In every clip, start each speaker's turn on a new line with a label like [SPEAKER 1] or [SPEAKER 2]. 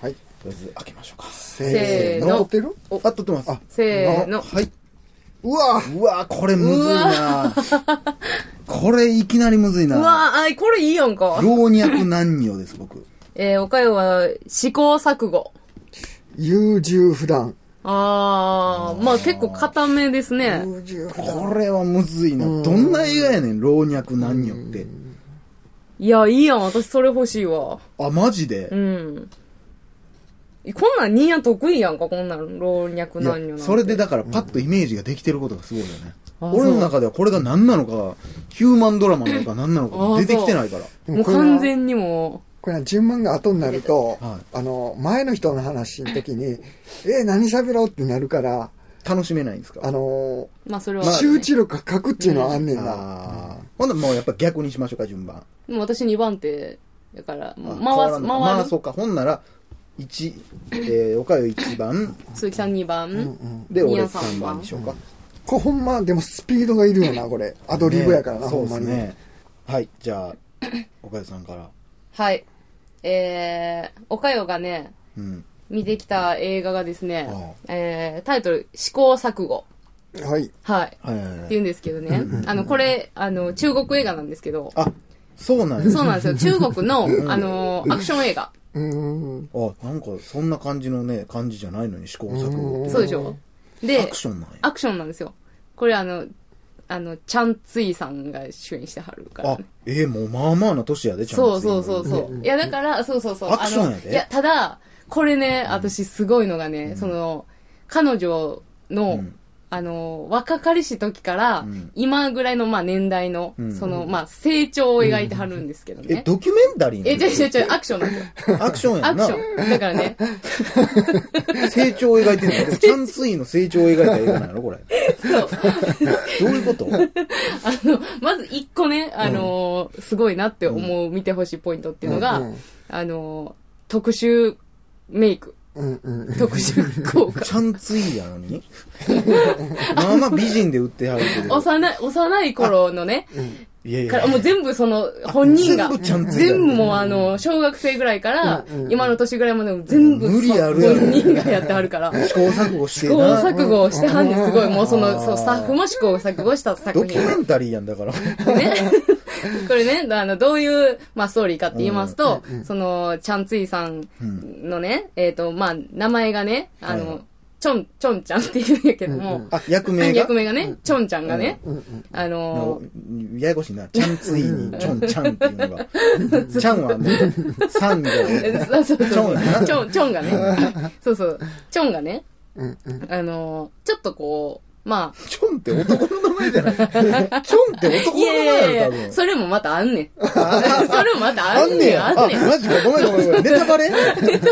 [SPEAKER 1] はい。
[SPEAKER 2] まず開けましょうか。
[SPEAKER 1] せー
[SPEAKER 3] せーの
[SPEAKER 1] の。撮ってる
[SPEAKER 3] お
[SPEAKER 2] あ、撮ってます。
[SPEAKER 3] せーの。
[SPEAKER 2] はい。
[SPEAKER 1] うわ
[SPEAKER 2] うわこれむずいうな これいきなりむずいうな
[SPEAKER 3] わあ、これいいやんか。
[SPEAKER 2] 老若男女です、僕。
[SPEAKER 3] えー、おかよは試行錯誤。
[SPEAKER 1] 優柔不断。
[SPEAKER 3] あー、まあ結構固めですね。
[SPEAKER 1] 優柔不断。
[SPEAKER 2] これはむずいな。
[SPEAKER 1] うん
[SPEAKER 2] どんな映画やねん、老若男女って。
[SPEAKER 3] いや、いいやん。私それ欲しいわ。
[SPEAKER 2] あ、マジで
[SPEAKER 3] うん。こんなんニーヤン得意やんか、こんなん老若
[SPEAKER 2] いや
[SPEAKER 3] 男女なんて。
[SPEAKER 2] それでだからパッとイメージができてることがすごいよね。
[SPEAKER 3] あ
[SPEAKER 2] 俺の中ではこれが何なのか、ヒューマンドラマなのか何なのか
[SPEAKER 3] あ
[SPEAKER 2] 出てきてないから。
[SPEAKER 1] で
[SPEAKER 3] もう
[SPEAKER 1] これは
[SPEAKER 3] 完全にも
[SPEAKER 1] これは順番が後になると、
[SPEAKER 2] はい
[SPEAKER 1] あの、前の人の話の時に、え、何喋ろうってなるから、
[SPEAKER 2] 楽しめないんですか
[SPEAKER 1] あの
[SPEAKER 3] う、まあそれは、
[SPEAKER 1] ー、集中力が欠くっていうのはあんねんな。
[SPEAKER 2] あーほんならもうやっぱ逆にしましょうか、順番。
[SPEAKER 3] でも私2番手やから、もう
[SPEAKER 2] あ変わら
[SPEAKER 3] 回
[SPEAKER 2] ん
[SPEAKER 3] す、
[SPEAKER 2] の
[SPEAKER 3] 回る。
[SPEAKER 2] そうか。ほんなら、1、え ー、おかよ1番、
[SPEAKER 3] 鈴木さん2番。
[SPEAKER 2] で、
[SPEAKER 3] 宮
[SPEAKER 2] 俺
[SPEAKER 3] さん
[SPEAKER 2] 3番にしようか。
[SPEAKER 1] これほんま、でもスピードがいるよな、これ。アドリブやからな、
[SPEAKER 2] ね
[SPEAKER 1] ほ
[SPEAKER 2] そうんで
[SPEAKER 1] ますに。
[SPEAKER 2] ね。はい、じゃあ、 おかよさんから。
[SPEAKER 3] はい。えー、おかよがね、
[SPEAKER 2] うん。
[SPEAKER 3] 見てきた映画がですね
[SPEAKER 2] あ、
[SPEAKER 3] えー、タイトル、試行錯誤。
[SPEAKER 1] はい。
[SPEAKER 3] はい。
[SPEAKER 2] はいはいは
[SPEAKER 3] って
[SPEAKER 2] い
[SPEAKER 3] 言うんですけどね。あの、これ、あの、中国映画なんですけど、
[SPEAKER 2] あ、そうなんです
[SPEAKER 3] そうなんです よ。中国の、あの、アクション映画。
[SPEAKER 1] うーん。
[SPEAKER 2] あ、なんかそんな感じのね、感じじゃないのに試行錯誤。
[SPEAKER 3] そうでしょ
[SPEAKER 2] ア
[SPEAKER 3] で
[SPEAKER 2] ク、ションなんや。
[SPEAKER 3] アクションなんですよ。これあの、あの、チャンツイさんが主演してはるから
[SPEAKER 2] あ
[SPEAKER 3] ね。、
[SPEAKER 2] えー、もうまあまあな年やで、ちゃん
[SPEAKER 3] そ
[SPEAKER 2] と。
[SPEAKER 3] うそうそうそう。いや、だから、そうそうそう。
[SPEAKER 2] アクションやで
[SPEAKER 3] あのいや、ただ、これね、私すごいのがね、その、彼女の、
[SPEAKER 2] うん
[SPEAKER 3] あの、若かりし時から、
[SPEAKER 2] ん
[SPEAKER 3] 今ぐらいの、まあ、年代の、
[SPEAKER 2] ん
[SPEAKER 3] その、まあ、成長を描いてはるんですけど
[SPEAKER 2] え、
[SPEAKER 3] ね。
[SPEAKER 2] ドキュメンタリー
[SPEAKER 3] え、ちょ
[SPEAKER 2] な
[SPEAKER 3] いちょいちょい、アクションなんですよ。
[SPEAKER 2] のアクションや
[SPEAKER 3] ア
[SPEAKER 2] ん
[SPEAKER 3] ク
[SPEAKER 2] な
[SPEAKER 3] シ。ョン。だからね、
[SPEAKER 2] 成長を描いて るの。チャンツイの成長を描いた映画なのこれ。
[SPEAKER 3] そう。
[SPEAKER 2] どういうこと
[SPEAKER 3] あの、まず一個ね、あのーすごいなって思う、見てほしいポイントっていうのが、
[SPEAKER 1] うんうん
[SPEAKER 3] あのー特殊メイク、
[SPEAKER 1] うんうん。
[SPEAKER 3] 特殊効 果。
[SPEAKER 2] チャンツイやのにまあまあ美人で売ってはるけど。
[SPEAKER 3] 幼い、幼い頃のね、
[SPEAKER 2] いやい
[SPEAKER 3] から
[SPEAKER 2] や。
[SPEAKER 3] もう全部その、本人が
[SPEAKER 2] 全部ちゃん、とやる
[SPEAKER 3] 全部もうあの、小学生ぐらいから
[SPEAKER 1] うんう、ん
[SPEAKER 3] 今の年ぐらいまでも全部、
[SPEAKER 2] 無理あるやろ
[SPEAKER 3] 本人がやってはる から。
[SPEAKER 2] 試行錯誤して
[SPEAKER 3] 試
[SPEAKER 2] な
[SPEAKER 3] 行。錯誤をしてはんねん、すごい。もうそ
[SPEAKER 2] あ
[SPEAKER 3] の、
[SPEAKER 2] ー
[SPEAKER 3] そう、スタッフも試行錯誤した
[SPEAKER 2] ド
[SPEAKER 3] 作
[SPEAKER 2] キ
[SPEAKER 3] 品
[SPEAKER 2] ュ。メンタリーやんだから。
[SPEAKER 3] ね。 これね、あの、どういう、まあ、ストーリーかって言いますと、その、チャンツイさんのね、えっ、と、まあ、名前がね、あの、
[SPEAKER 2] はいはい
[SPEAKER 3] チョン、チョンちゃんっていうんやけども、
[SPEAKER 2] あ、役名が。
[SPEAKER 3] 役名がね、チョンちゃんがね、あの
[SPEAKER 2] の、ややこしいな。ちゃんついに、ちょんちゃんっていうのが。 ちゃんはもう、さんが、
[SPEAKER 3] えそうそうそう
[SPEAKER 2] チョンやな
[SPEAKER 3] チョン、チョンがね、そうそう、チョンがね、あの、ちょっとこう、まあ、
[SPEAKER 2] ちょんって男の名前じゃない。ちょんって男の
[SPEAKER 3] い
[SPEAKER 2] 名
[SPEAKER 3] やい
[SPEAKER 2] 前
[SPEAKER 3] や
[SPEAKER 2] やろ、多
[SPEAKER 3] いや、
[SPEAKER 2] 分。
[SPEAKER 3] それもまたあんねん。それもまたあんねん、
[SPEAKER 2] や
[SPEAKER 3] あん
[SPEAKER 2] あ、
[SPEAKER 3] ねん。
[SPEAKER 2] マジか。ごめんごめんごめん。ネタバレ
[SPEAKER 3] ネ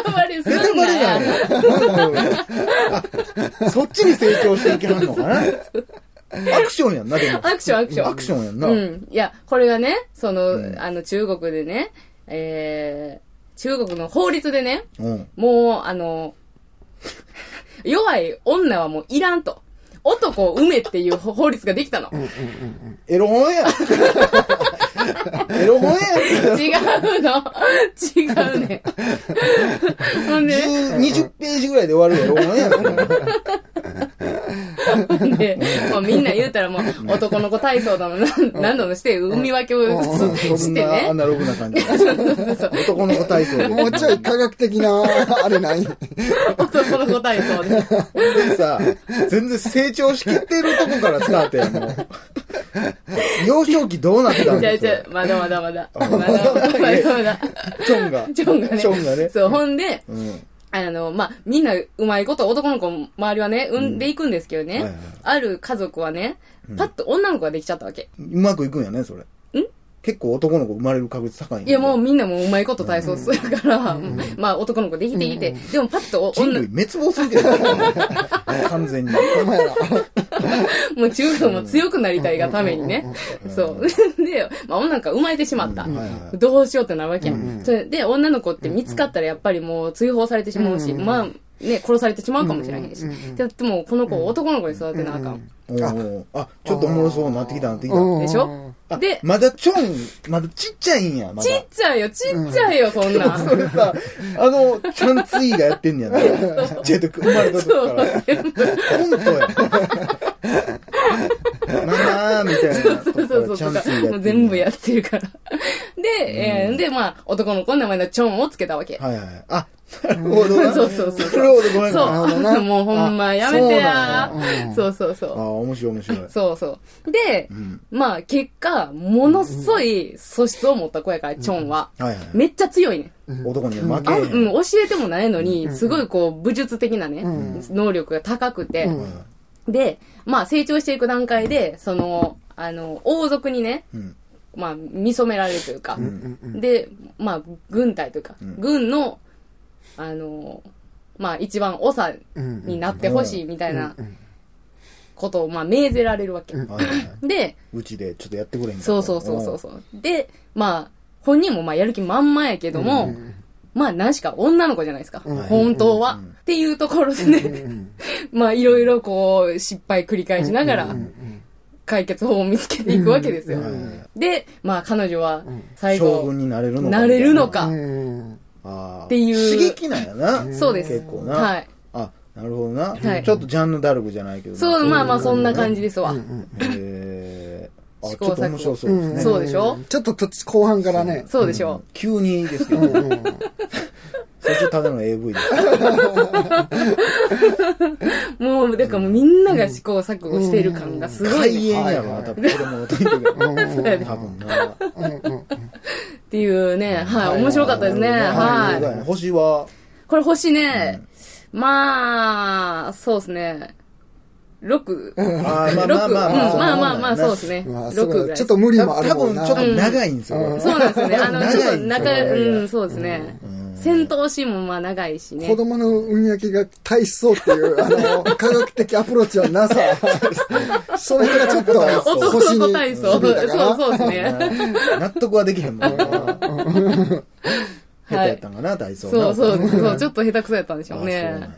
[SPEAKER 3] タバレす
[SPEAKER 2] ネ
[SPEAKER 3] る
[SPEAKER 2] タ
[SPEAKER 3] んだ
[SPEAKER 2] バレなん
[SPEAKER 3] よ。
[SPEAKER 2] や。あそっちに成長していけはんのかなアクションやんな、でも。
[SPEAKER 3] アクション、アクション。
[SPEAKER 2] アクションやんな。
[SPEAKER 3] うん。いや、これがね、その、
[SPEAKER 2] うん
[SPEAKER 3] あの、中国でね、えー、中国の法律でね、
[SPEAKER 2] うん。
[SPEAKER 3] もう、あの、弱い女はもういらんと。男を産めっていう法律ができたの。
[SPEAKER 2] エロ本や。エロ本や。
[SPEAKER 3] 違うの。違うね。ほんでね、
[SPEAKER 2] 10 20ページぐらいで終わるエロ本や。
[SPEAKER 3] ほんで、もうみんな言うたらもう男の子体操だの、なん何度もして、産み分けを
[SPEAKER 1] うん
[SPEAKER 2] そ
[SPEAKER 3] し
[SPEAKER 2] ん
[SPEAKER 3] て
[SPEAKER 2] なア
[SPEAKER 3] ね。
[SPEAKER 2] ナログな感じ。男の子体操で。
[SPEAKER 1] もうちょい科学的な、 あれない。
[SPEAKER 3] 男の子体操で。
[SPEAKER 2] でさ、全然成長しきってるとこからスタートやもう。幼少期どうなってたん
[SPEAKER 3] じゃ
[SPEAKER 2] で
[SPEAKER 3] あ
[SPEAKER 2] す
[SPEAKER 3] じゃ
[SPEAKER 2] か
[SPEAKER 3] あまだまだまだ。まだまだまだまだ。
[SPEAKER 2] チョンが。
[SPEAKER 3] チョンがね。
[SPEAKER 2] チョンがね。
[SPEAKER 3] そう、ほんで、
[SPEAKER 2] うん。
[SPEAKER 3] あの、まあ、みんなうまいこと男の子も周りはね、産んでいくんですけどね、
[SPEAKER 2] はいはい
[SPEAKER 3] ある家族はね、パッと女の子ができちゃったわけ。
[SPEAKER 2] うまくいくんやね、それ。結構男の子生まれる確率高いん
[SPEAKER 3] いや、もう、みんなもううまいこと体操するから、まあ、男の子できてきて、でもパッとお
[SPEAKER 2] 人
[SPEAKER 3] 女
[SPEAKER 2] 類、滅亡す るけど。完全に。
[SPEAKER 1] お前ら。
[SPEAKER 3] もう中国も強くなりたいがためにね。そう。で、まあ、女の子が生まれてしまった。
[SPEAKER 2] うんはいはい
[SPEAKER 3] どうしようってなるわけやん。それで、女の子って見つかったらやっぱりもう追放されてしまうし、まあ、ね、殺されてしまうかもしれへんし。
[SPEAKER 1] うんうんうんうん
[SPEAKER 3] ででも、この子を男の子に育てなあかん。
[SPEAKER 2] おーあ、ちょっとおもろそうになってきたなってきた。
[SPEAKER 1] うん
[SPEAKER 3] でしょ
[SPEAKER 2] あ
[SPEAKER 3] で、
[SPEAKER 2] まだちょん、まだちっちゃいんや、まだ。
[SPEAKER 3] ちっちゃいよ、ちっちゃいよ、そんな。
[SPEAKER 2] それさ、あの、ちゃんついがやってんね やな。ちっちゃい時、生まれた時
[SPEAKER 3] そ
[SPEAKER 2] から。
[SPEAKER 3] う、全部。
[SPEAKER 2] コントや。ママーみたいなと
[SPEAKER 3] そう
[SPEAKER 2] こか
[SPEAKER 3] そう
[SPEAKER 2] らち
[SPEAKER 3] そ
[SPEAKER 2] ゃ
[SPEAKER 3] うん
[SPEAKER 2] ついが
[SPEAKER 3] とか、
[SPEAKER 2] やってんねや
[SPEAKER 3] もう 全部やってるから。 で、えーで、まあ、男の子の名前のチョンをつけたわけ。
[SPEAKER 2] はいはい。あ、なるほどな。
[SPEAKER 3] そうそうそう
[SPEAKER 2] なるほど、ごめん
[SPEAKER 3] そ
[SPEAKER 2] なさい。
[SPEAKER 1] ほどな
[SPEAKER 3] う。 もうほんまやめてや
[SPEAKER 2] あ
[SPEAKER 1] そうなんやうん
[SPEAKER 3] そうそうそ
[SPEAKER 2] あ、
[SPEAKER 3] う。
[SPEAKER 2] 面白い面白い。
[SPEAKER 3] そうそう。で、
[SPEAKER 2] ん
[SPEAKER 3] まあ結果、ものすごい素質を持った子やから、チョンは。
[SPEAKER 2] はいは
[SPEAKER 3] めっちゃ強いね。
[SPEAKER 2] い。男には負け
[SPEAKER 3] あ
[SPEAKER 2] へ。
[SPEAKER 3] うんん、教えてもないのに、すごいこう、武術的なね、能力が高くて、
[SPEAKER 1] うん
[SPEAKER 3] で、まあ成長していく段階で、その、あの、王族にね、
[SPEAKER 2] うん
[SPEAKER 3] まあ見初められるというか、
[SPEAKER 1] うんうん
[SPEAKER 3] で、まあ軍隊というか、
[SPEAKER 2] ん
[SPEAKER 3] 軍の、あの、まあ一番長
[SPEAKER 1] うん
[SPEAKER 3] になってほしいみたいなことを、まあ命ぜられるわけ。
[SPEAKER 2] はいはいはい。
[SPEAKER 3] で、
[SPEAKER 2] うちでちょっとやってくれへんか
[SPEAKER 3] そうそうそうそうそう。で、まあ、本人もまあやる気満々やけども、まあ何しか女の子じゃないですか。
[SPEAKER 2] ん
[SPEAKER 3] 本当は、
[SPEAKER 2] うん
[SPEAKER 3] っていうところでね、 まあいろいろこう失敗繰り返しながら解決法を見つけていくわけですよ。
[SPEAKER 2] うんはいはいはい
[SPEAKER 3] で、まあ彼女は最
[SPEAKER 2] 将
[SPEAKER 3] 後
[SPEAKER 2] 軍、になれるのか。
[SPEAKER 3] なれるのか
[SPEAKER 1] うん
[SPEAKER 2] あー。
[SPEAKER 3] っていう
[SPEAKER 2] 刺激なんやな。
[SPEAKER 3] そうです
[SPEAKER 2] 結構な。
[SPEAKER 3] はい。
[SPEAKER 2] あ、なるほどな。
[SPEAKER 3] はい
[SPEAKER 2] ちょっとジャンヌ・ダルクじゃないけど。
[SPEAKER 3] そう、まあまあそんな感
[SPEAKER 2] じ。
[SPEAKER 3] じですわ。
[SPEAKER 2] へーあ、
[SPEAKER 3] 試
[SPEAKER 2] ち
[SPEAKER 3] 行錯誤
[SPEAKER 2] ょっと面白そうですね。
[SPEAKER 3] そうでしょ
[SPEAKER 1] ちょっと途中後半からね。
[SPEAKER 3] そうでしょ
[SPEAKER 2] 急にで すけど、最初ただの AV です。
[SPEAKER 3] う。もう、だからもうみんなが試行錯誤してる感がすごいね、
[SPEAKER 2] 開演やろな、多分子供の 時が。
[SPEAKER 3] そうやね
[SPEAKER 2] 多分な。
[SPEAKER 3] っていうね、はい、面白かったですね。
[SPEAKER 2] は
[SPEAKER 3] はい
[SPEAKER 2] い。。星は、
[SPEAKER 3] これ星ね、まあ、そうですね。6、
[SPEAKER 2] あー
[SPEAKER 3] 6、
[SPEAKER 2] まあ
[SPEAKER 3] うんまあまあまあ、そうです
[SPEAKER 2] ね。
[SPEAKER 3] ね。
[SPEAKER 1] まあ
[SPEAKER 3] 6
[SPEAKER 1] そ
[SPEAKER 3] ぐらいう
[SPEAKER 1] ち
[SPEAKER 3] で
[SPEAKER 1] ょ
[SPEAKER 3] す
[SPEAKER 1] っ。と無理
[SPEAKER 2] 多
[SPEAKER 1] もあるもん
[SPEAKER 2] 分
[SPEAKER 1] な。
[SPEAKER 2] ちょっと長いんですよ。これ
[SPEAKER 3] そうなんですよね。あの、
[SPEAKER 2] 長
[SPEAKER 3] ちょ
[SPEAKER 2] い
[SPEAKER 3] っと中、
[SPEAKER 2] 長い
[SPEAKER 3] うん、そうですね。戦闘シーンもまあ長いしね。
[SPEAKER 1] 子供の海焼きが大しそうっていう、あの、 科学的アプローチはなさ。その辺がちょっと、
[SPEAKER 3] 男の子体操。そう
[SPEAKER 1] 響いたかな
[SPEAKER 3] そうですね。
[SPEAKER 2] 納得はできへんもんな。下手やったんかな、体操な。
[SPEAKER 3] そうそう
[SPEAKER 2] あ
[SPEAKER 3] そう、ちょっと下手くそやったんでしょ
[SPEAKER 2] そうう
[SPEAKER 3] ね
[SPEAKER 2] なんや。
[SPEAKER 3] は。。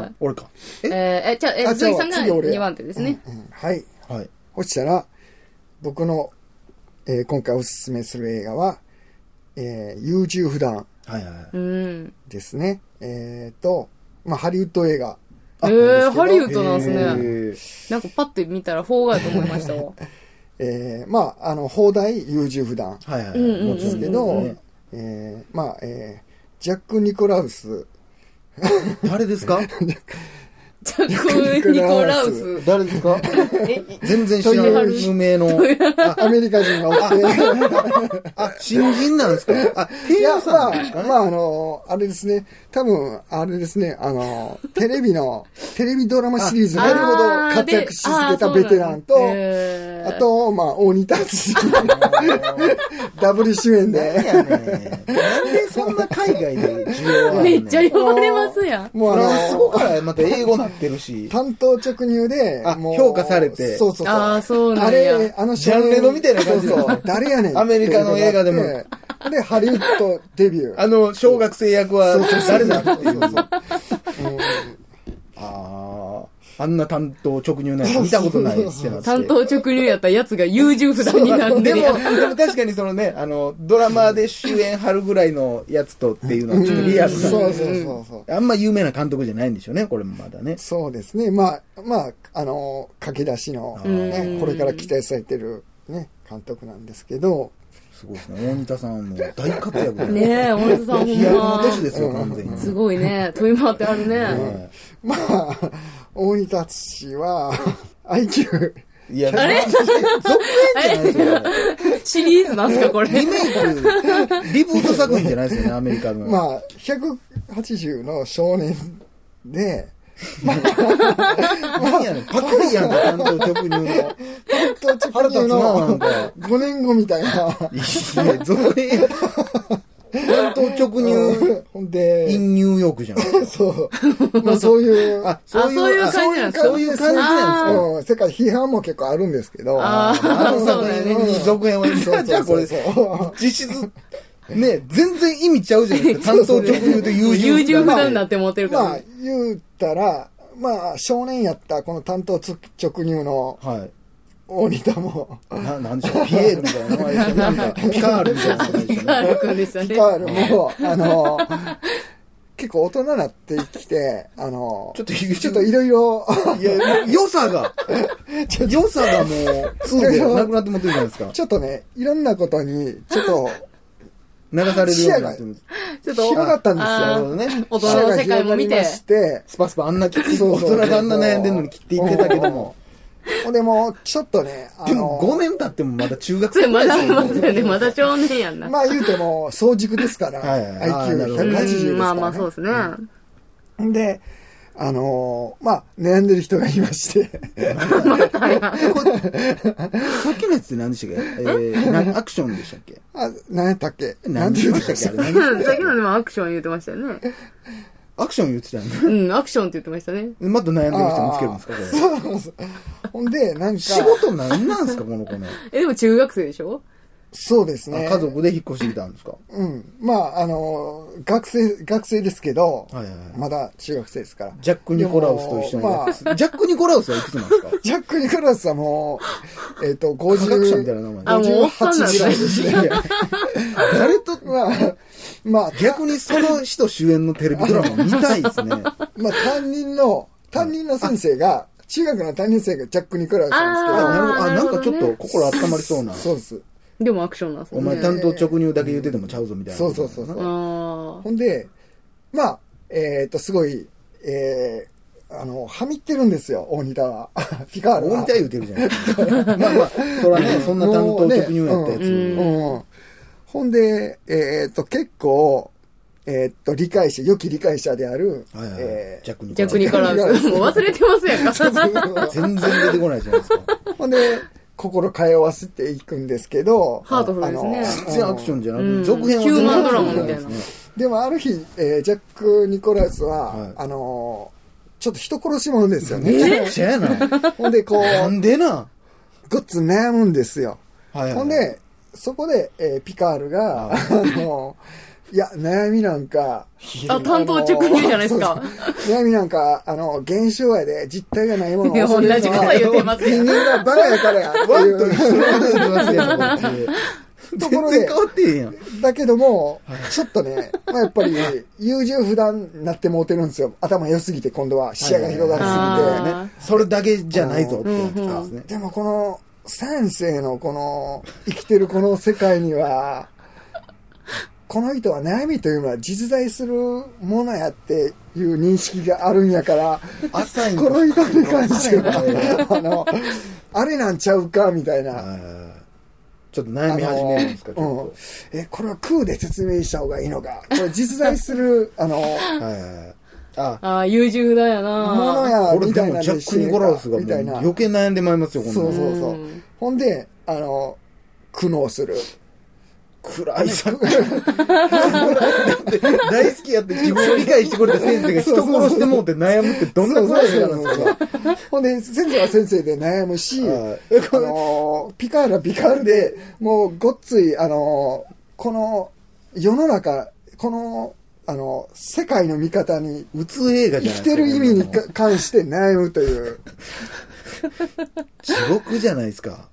[SPEAKER 2] ない俺か。
[SPEAKER 3] えーえ、じゃあ、え、
[SPEAKER 1] あじゃあ
[SPEAKER 3] 鈴木さんが
[SPEAKER 1] 次俺や
[SPEAKER 3] 2番手ですね。
[SPEAKER 1] うんはい。
[SPEAKER 2] はい。
[SPEAKER 1] 落ちたら、僕の、えー今回おすすめする映画は、えー、優柔不断
[SPEAKER 2] はいはい。
[SPEAKER 3] うん。
[SPEAKER 1] ですね。えっ、と、まあ、ハリウッド映画。
[SPEAKER 3] えー、ハリウッ
[SPEAKER 2] え
[SPEAKER 3] ドなんですね。
[SPEAKER 2] ー
[SPEAKER 3] なんかパッて見たら、フォーガーと思いましたわ。
[SPEAKER 1] えーまあ、あの、放題優柔不断
[SPEAKER 2] はいはい。
[SPEAKER 3] うんうんうん
[SPEAKER 2] もち
[SPEAKER 1] で
[SPEAKER 2] ろ
[SPEAKER 1] す
[SPEAKER 2] ん
[SPEAKER 1] けど、
[SPEAKER 2] ね
[SPEAKER 1] えーまあ、えージャック・ニコラウス、
[SPEAKER 2] 誰ですか
[SPEAKER 3] ジャック・ニコラウス。
[SPEAKER 2] 誰ですか
[SPEAKER 3] え、
[SPEAKER 2] 全然知ら
[SPEAKER 1] と
[SPEAKER 2] ない
[SPEAKER 1] いう
[SPEAKER 2] 無名の。
[SPEAKER 1] アメリカ人がおっ て、
[SPEAKER 2] あ、新人なん ですかあ、
[SPEAKER 1] い
[SPEAKER 2] テ
[SPEAKER 1] や、
[SPEAKER 2] ア
[SPEAKER 1] ま
[SPEAKER 2] さ
[SPEAKER 1] あ
[SPEAKER 2] んなんですか、ね
[SPEAKER 1] まあ、あの、あれですね、多分、あれですね、あの、テレビの、テレビドラマシリーズで
[SPEAKER 2] なるほど
[SPEAKER 3] あー
[SPEAKER 1] 活躍し続けた
[SPEAKER 3] であーそう
[SPEAKER 1] ベ
[SPEAKER 3] なん
[SPEAKER 1] テランと、
[SPEAKER 3] へー
[SPEAKER 1] あと、まあ、大仁田敦樹、ダブル主演
[SPEAKER 2] 何
[SPEAKER 1] で、
[SPEAKER 2] やねんなんでそんな海外で需要ある
[SPEAKER 3] め
[SPEAKER 2] ねん
[SPEAKER 3] っちゃ呼ばれますやん。
[SPEAKER 1] もう
[SPEAKER 2] フラン
[SPEAKER 1] あ
[SPEAKER 2] ス語
[SPEAKER 1] の、
[SPEAKER 2] からまた英語なってるし、
[SPEAKER 1] 単刀直入で
[SPEAKER 2] あ、
[SPEAKER 1] もう、
[SPEAKER 2] 評価されて
[SPEAKER 1] そうそうそう。
[SPEAKER 3] あーそうなんや
[SPEAKER 1] あれ、あの
[SPEAKER 2] ジャンレノみたいな感じだ
[SPEAKER 1] そうそう誰やねん。
[SPEAKER 2] アメリカの映画でも。
[SPEAKER 1] で、ハリウッドデビュー。
[SPEAKER 2] あの、小学生役は誰だってい
[SPEAKER 1] そうう。そうそう
[SPEAKER 2] ああ、あんな担当直入なんて見たことないってなって。
[SPEAKER 3] 担当直入やったやつが優柔不断になって
[SPEAKER 2] で
[SPEAKER 3] る
[SPEAKER 2] も、
[SPEAKER 3] やん。
[SPEAKER 2] でも確かにそのね、あの、ドラマで主演張るぐらいのやつとっていうのはちょっとリアルな。
[SPEAKER 1] そうそうそうそう。
[SPEAKER 2] あんま有名な監督じゃないんでしょうね、これもまだね。
[SPEAKER 1] そうですね。まあ、まあ、あの、駆け出しの、ね、これから期待されてる、ね、監督なんですけど、
[SPEAKER 2] すごいですね。大仁田さんも大活躍だ
[SPEAKER 3] ねえ、大水さんほ
[SPEAKER 2] 飛
[SPEAKER 3] ん
[SPEAKER 2] 躍の
[SPEAKER 3] ま。
[SPEAKER 2] 年ですよ、完全に。
[SPEAKER 3] すごいね。飛び回ってあるね。
[SPEAKER 2] は
[SPEAKER 1] まあ、大仁田氏は、IQ、
[SPEAKER 2] いいや、あ れ続編じゃないですよ。
[SPEAKER 3] シリーズなんすか、これ。
[SPEAKER 2] リメイク、リブート作品じゃない ですよね、アメリカの。
[SPEAKER 1] まあ、180の少年で、
[SPEAKER 2] 何やねん、パクリやんか、担当直入の。いや
[SPEAKER 1] 本当
[SPEAKER 2] 腹立つななん
[SPEAKER 1] の
[SPEAKER 2] か
[SPEAKER 1] 5年後みたいな。、
[SPEAKER 2] 続編。担当直入、
[SPEAKER 1] ほん
[SPEAKER 2] in
[SPEAKER 1] で、
[SPEAKER 2] ニューヨークじゃん。
[SPEAKER 1] そう、まあそういう、
[SPEAKER 2] あ、
[SPEAKER 3] あ、そういう感じなんですか。
[SPEAKER 2] そういう感じなんですか
[SPEAKER 1] うん世界批判も結構あるんですけど、
[SPEAKER 3] ああ、
[SPEAKER 2] あの
[SPEAKER 3] そうだ
[SPEAKER 2] 作
[SPEAKER 3] よね。
[SPEAKER 2] 品に続編は、
[SPEAKER 1] そう
[SPEAKER 2] じ
[SPEAKER 1] そ
[SPEAKER 2] ゃ
[SPEAKER 1] う
[SPEAKER 2] あこ
[SPEAKER 1] そう
[SPEAKER 2] れ
[SPEAKER 1] そう。
[SPEAKER 2] 実質、ね、全然意味ちゃうじゃ ないですか。担当直入で優柔
[SPEAKER 3] 優柔不断にな
[SPEAKER 2] な
[SPEAKER 3] って持ってるか ら、
[SPEAKER 1] まあ、言うたら、まあ、少年やったこの担当直入の
[SPEAKER 2] はい。
[SPEAKER 1] 大仁田 も、
[SPEAKER 2] な、なんでしょう、ピエールみたいな名前でしたねなんか、ピカールみたいな名前でし
[SPEAKER 3] ピ
[SPEAKER 2] た
[SPEAKER 3] カー
[SPEAKER 2] ね。
[SPEAKER 3] ル君でした
[SPEAKER 1] ピ
[SPEAKER 3] ね。
[SPEAKER 1] カールも、あの、結構大人になってきて、あの、
[SPEAKER 2] ちょっと、ち
[SPEAKER 1] ち
[SPEAKER 2] ょ
[SPEAKER 1] ょっ
[SPEAKER 2] っと
[SPEAKER 1] と、いろいろ、
[SPEAKER 2] いや、良さが、良さがもう、通で なくなってもってるじゃないですか。
[SPEAKER 1] ちょっとね、いろんなことに、ちょっ と、
[SPEAKER 2] 流されるようになってる。
[SPEAKER 3] ちょっ
[SPEAKER 1] 広
[SPEAKER 3] と、
[SPEAKER 1] がったんです
[SPEAKER 3] あ
[SPEAKER 2] なる
[SPEAKER 1] よ。
[SPEAKER 2] ほどね。
[SPEAKER 3] 大人の世界も
[SPEAKER 1] 視野
[SPEAKER 3] 見
[SPEAKER 1] が広がりま
[SPEAKER 3] て、
[SPEAKER 1] して、
[SPEAKER 2] スパスパあんな切って、
[SPEAKER 1] そ
[SPEAKER 2] 大
[SPEAKER 1] うそう
[SPEAKER 2] 人があんな悩んでるのに切っていってたけども。
[SPEAKER 1] ほんでも、ちょっとね、あ
[SPEAKER 2] でも5
[SPEAKER 1] の、
[SPEAKER 2] 年経ってもまだ中学
[SPEAKER 3] それ
[SPEAKER 2] 生ぐら
[SPEAKER 3] ま
[SPEAKER 2] い
[SPEAKER 3] だ
[SPEAKER 2] です
[SPEAKER 3] ま
[SPEAKER 2] よ
[SPEAKER 3] だやね、まだ少年やんな。
[SPEAKER 1] まあ言うても、早熟ですから、
[SPEAKER 2] はいはいあーなるほど
[SPEAKER 1] IQ180 ですから、
[SPEAKER 3] う
[SPEAKER 1] ね。
[SPEAKER 3] んまあまあそうですね。
[SPEAKER 1] で、あのーまあ、悩んでる人がいまして、
[SPEAKER 2] さっきのやつって何でしたっけえー、なアクションでしたっけ
[SPEAKER 1] あ、何やったっけ
[SPEAKER 2] 何
[SPEAKER 1] 何
[SPEAKER 2] で
[SPEAKER 1] て
[SPEAKER 2] し
[SPEAKER 1] 言うたっけ
[SPEAKER 2] たっけあれ何
[SPEAKER 3] うん、さっきのでもアクション言ってましたよね。
[SPEAKER 2] アクション言ってたよね。
[SPEAKER 3] うん、アクションって言ってましたね。
[SPEAKER 2] また悩んでる人見つけるんですかこれ。
[SPEAKER 1] そうなんです。ほんで、なんか、
[SPEAKER 2] 仕事何なんですかこの子ね。
[SPEAKER 3] え、でも中学生でしょ
[SPEAKER 1] そうです
[SPEAKER 2] あ
[SPEAKER 1] ね。
[SPEAKER 2] 家。族で引っ越してきたんですか
[SPEAKER 1] うん。まあ、あのー学生、学生ですけど、
[SPEAKER 2] はいはいはい
[SPEAKER 1] まだ中学生ですから。
[SPEAKER 2] ジャック・ニコラウスと一緒に
[SPEAKER 1] でもまあ。
[SPEAKER 2] ジャック・ニコラウスはいくつなんで すか
[SPEAKER 1] ジャック・ニコラウスはも う、えっ、と、50。
[SPEAKER 2] 科学者みたいな名前
[SPEAKER 3] あ、もうおっさんなん
[SPEAKER 1] 58ぐ
[SPEAKER 3] だ
[SPEAKER 1] らいですね。
[SPEAKER 2] 誰と、
[SPEAKER 1] まあ、まあ、
[SPEAKER 2] 逆にその人主演のテレビドラマ見たいですね。
[SPEAKER 1] まあ、担任の、担任の先生が、中学の担任生がジャック・ニコラウスなんで
[SPEAKER 2] なるほど。あ、
[SPEAKER 3] な
[SPEAKER 2] な
[SPEAKER 3] る
[SPEAKER 2] ん
[SPEAKER 3] ほ
[SPEAKER 2] か
[SPEAKER 3] ど
[SPEAKER 2] ちょ
[SPEAKER 3] ね
[SPEAKER 2] っと心温まりそうな。
[SPEAKER 1] すけど、そうです。
[SPEAKER 3] でもアクションなんです
[SPEAKER 2] お
[SPEAKER 3] よ
[SPEAKER 2] 前
[SPEAKER 3] ね。
[SPEAKER 2] 担当直入だけ言っててもちゃうぞみたいな。
[SPEAKER 1] そうそうそうそう
[SPEAKER 3] あ
[SPEAKER 1] ほんで、まあ、えっ、と、すごい、えー、あの、はみってるんですよ、大仁田は。 ピカール
[SPEAKER 2] 大
[SPEAKER 1] は。
[SPEAKER 2] 見たい言うてるじゃないですか。まあまあ、そらね、そんな担当直入やったやつ。
[SPEAKER 3] うん
[SPEAKER 1] うん。ほんで、えっ、と、結構、えっ、と、理解者、良き理解者である、
[SPEAKER 2] はいはい
[SPEAKER 1] えー
[SPEAKER 2] ジャック・ニ
[SPEAKER 3] ー。逆に
[SPEAKER 2] コ
[SPEAKER 3] か
[SPEAKER 2] ラ
[SPEAKER 3] ら、もう 忘れてますやんか。
[SPEAKER 2] ウス。 全然出てこないじゃないですか。
[SPEAKER 1] ほんで、心通わせていくんですけど、
[SPEAKER 3] ハートフルですね
[SPEAKER 1] あの
[SPEAKER 2] 全然アクションじゃな
[SPEAKER 3] う
[SPEAKER 2] く
[SPEAKER 3] ん
[SPEAKER 2] て、続編は全
[SPEAKER 3] ヒュー
[SPEAKER 2] 然
[SPEAKER 3] マン
[SPEAKER 2] アク
[SPEAKER 3] ド
[SPEAKER 2] シ
[SPEAKER 3] ラ
[SPEAKER 2] ョン
[SPEAKER 3] マ
[SPEAKER 2] じゃ
[SPEAKER 3] みたい
[SPEAKER 2] で
[SPEAKER 3] な
[SPEAKER 2] すね。
[SPEAKER 1] でもある日、えージャック・ニコラウスは、
[SPEAKER 2] はい
[SPEAKER 1] あのーちょっと人殺しもんですよ
[SPEAKER 2] め
[SPEAKER 1] ね。
[SPEAKER 2] ちゃくちゃやな。
[SPEAKER 1] ほんで、こ
[SPEAKER 2] な
[SPEAKER 1] う、
[SPEAKER 2] んでな。
[SPEAKER 1] ごっつ悩むんですよ。
[SPEAKER 2] はいはい
[SPEAKER 1] ほんで、そこで、えーピカールが、あのーいや、悩みなんか、
[SPEAKER 3] あ、担当直入じゃないですか。
[SPEAKER 1] 悩みなんか、あの、現象やで、実体がないものを
[SPEAKER 3] いや
[SPEAKER 1] 恐れるのはい
[SPEAKER 3] 同じこと言ってますよ
[SPEAKER 1] 人間がバカやからや、って
[SPEAKER 2] ワ
[SPEAKER 1] い
[SPEAKER 2] ンと
[SPEAKER 1] う
[SPEAKER 2] 一緒のこと言ってますやん、こっち
[SPEAKER 1] とこ
[SPEAKER 2] 全然
[SPEAKER 1] ろで
[SPEAKER 2] 変わってへんやん。
[SPEAKER 1] だけども、ちょっとね、まあやっぱり、優柔不断になってもうてるんですよ。頭良すぎて、今度は視野が広がりすぎて。
[SPEAKER 3] はい
[SPEAKER 2] ねそれだけじゃないぞってなってきたんですね。
[SPEAKER 1] でもこの先生のこの生きてるこの世界には、この人は悩みというのは実在するものやっていう認識があるんやから、
[SPEAKER 2] 浅いんだ
[SPEAKER 1] この人に関して
[SPEAKER 2] は
[SPEAKER 1] は、あの、あれなんちゃうかみたい
[SPEAKER 2] いは
[SPEAKER 1] な。
[SPEAKER 2] いはいちょっと悩み始めるんですか、ち
[SPEAKER 1] あの
[SPEAKER 2] ょ
[SPEAKER 1] うん、え、これは空で説明した方がいいのか。これ実在す る、あの、
[SPEAKER 2] っと。はいはいはい。あ、
[SPEAKER 3] ああ、優柔不断や
[SPEAKER 1] もの
[SPEAKER 3] な。
[SPEAKER 1] や、
[SPEAKER 2] これ
[SPEAKER 1] み
[SPEAKER 2] で
[SPEAKER 1] たい
[SPEAKER 2] も
[SPEAKER 1] な
[SPEAKER 2] ジャック・ニコラウスがも
[SPEAKER 1] み
[SPEAKER 2] う
[SPEAKER 1] たいな。
[SPEAKER 2] 余計悩んでまいりますよ、こんな
[SPEAKER 1] そ
[SPEAKER 2] の
[SPEAKER 1] うそうそううんほんで、あの、苦悩する。
[SPEAKER 2] 暗 い作品大好きやって自分を理解してくれた先生が人殺してもうて悩むってどんな暗い映画なんですか
[SPEAKER 1] ほんで、先生は先生で悩むし、
[SPEAKER 2] はい
[SPEAKER 1] あのーピカールはピカールで、もうごっつい、あのーこの世の中、この、あのー世界の見方に、
[SPEAKER 2] うつ映画
[SPEAKER 1] 生
[SPEAKER 2] じゃな
[SPEAKER 1] き
[SPEAKER 2] い
[SPEAKER 1] てる意味にか
[SPEAKER 2] か
[SPEAKER 1] 関して悩むという、
[SPEAKER 2] 地獄じゃないですか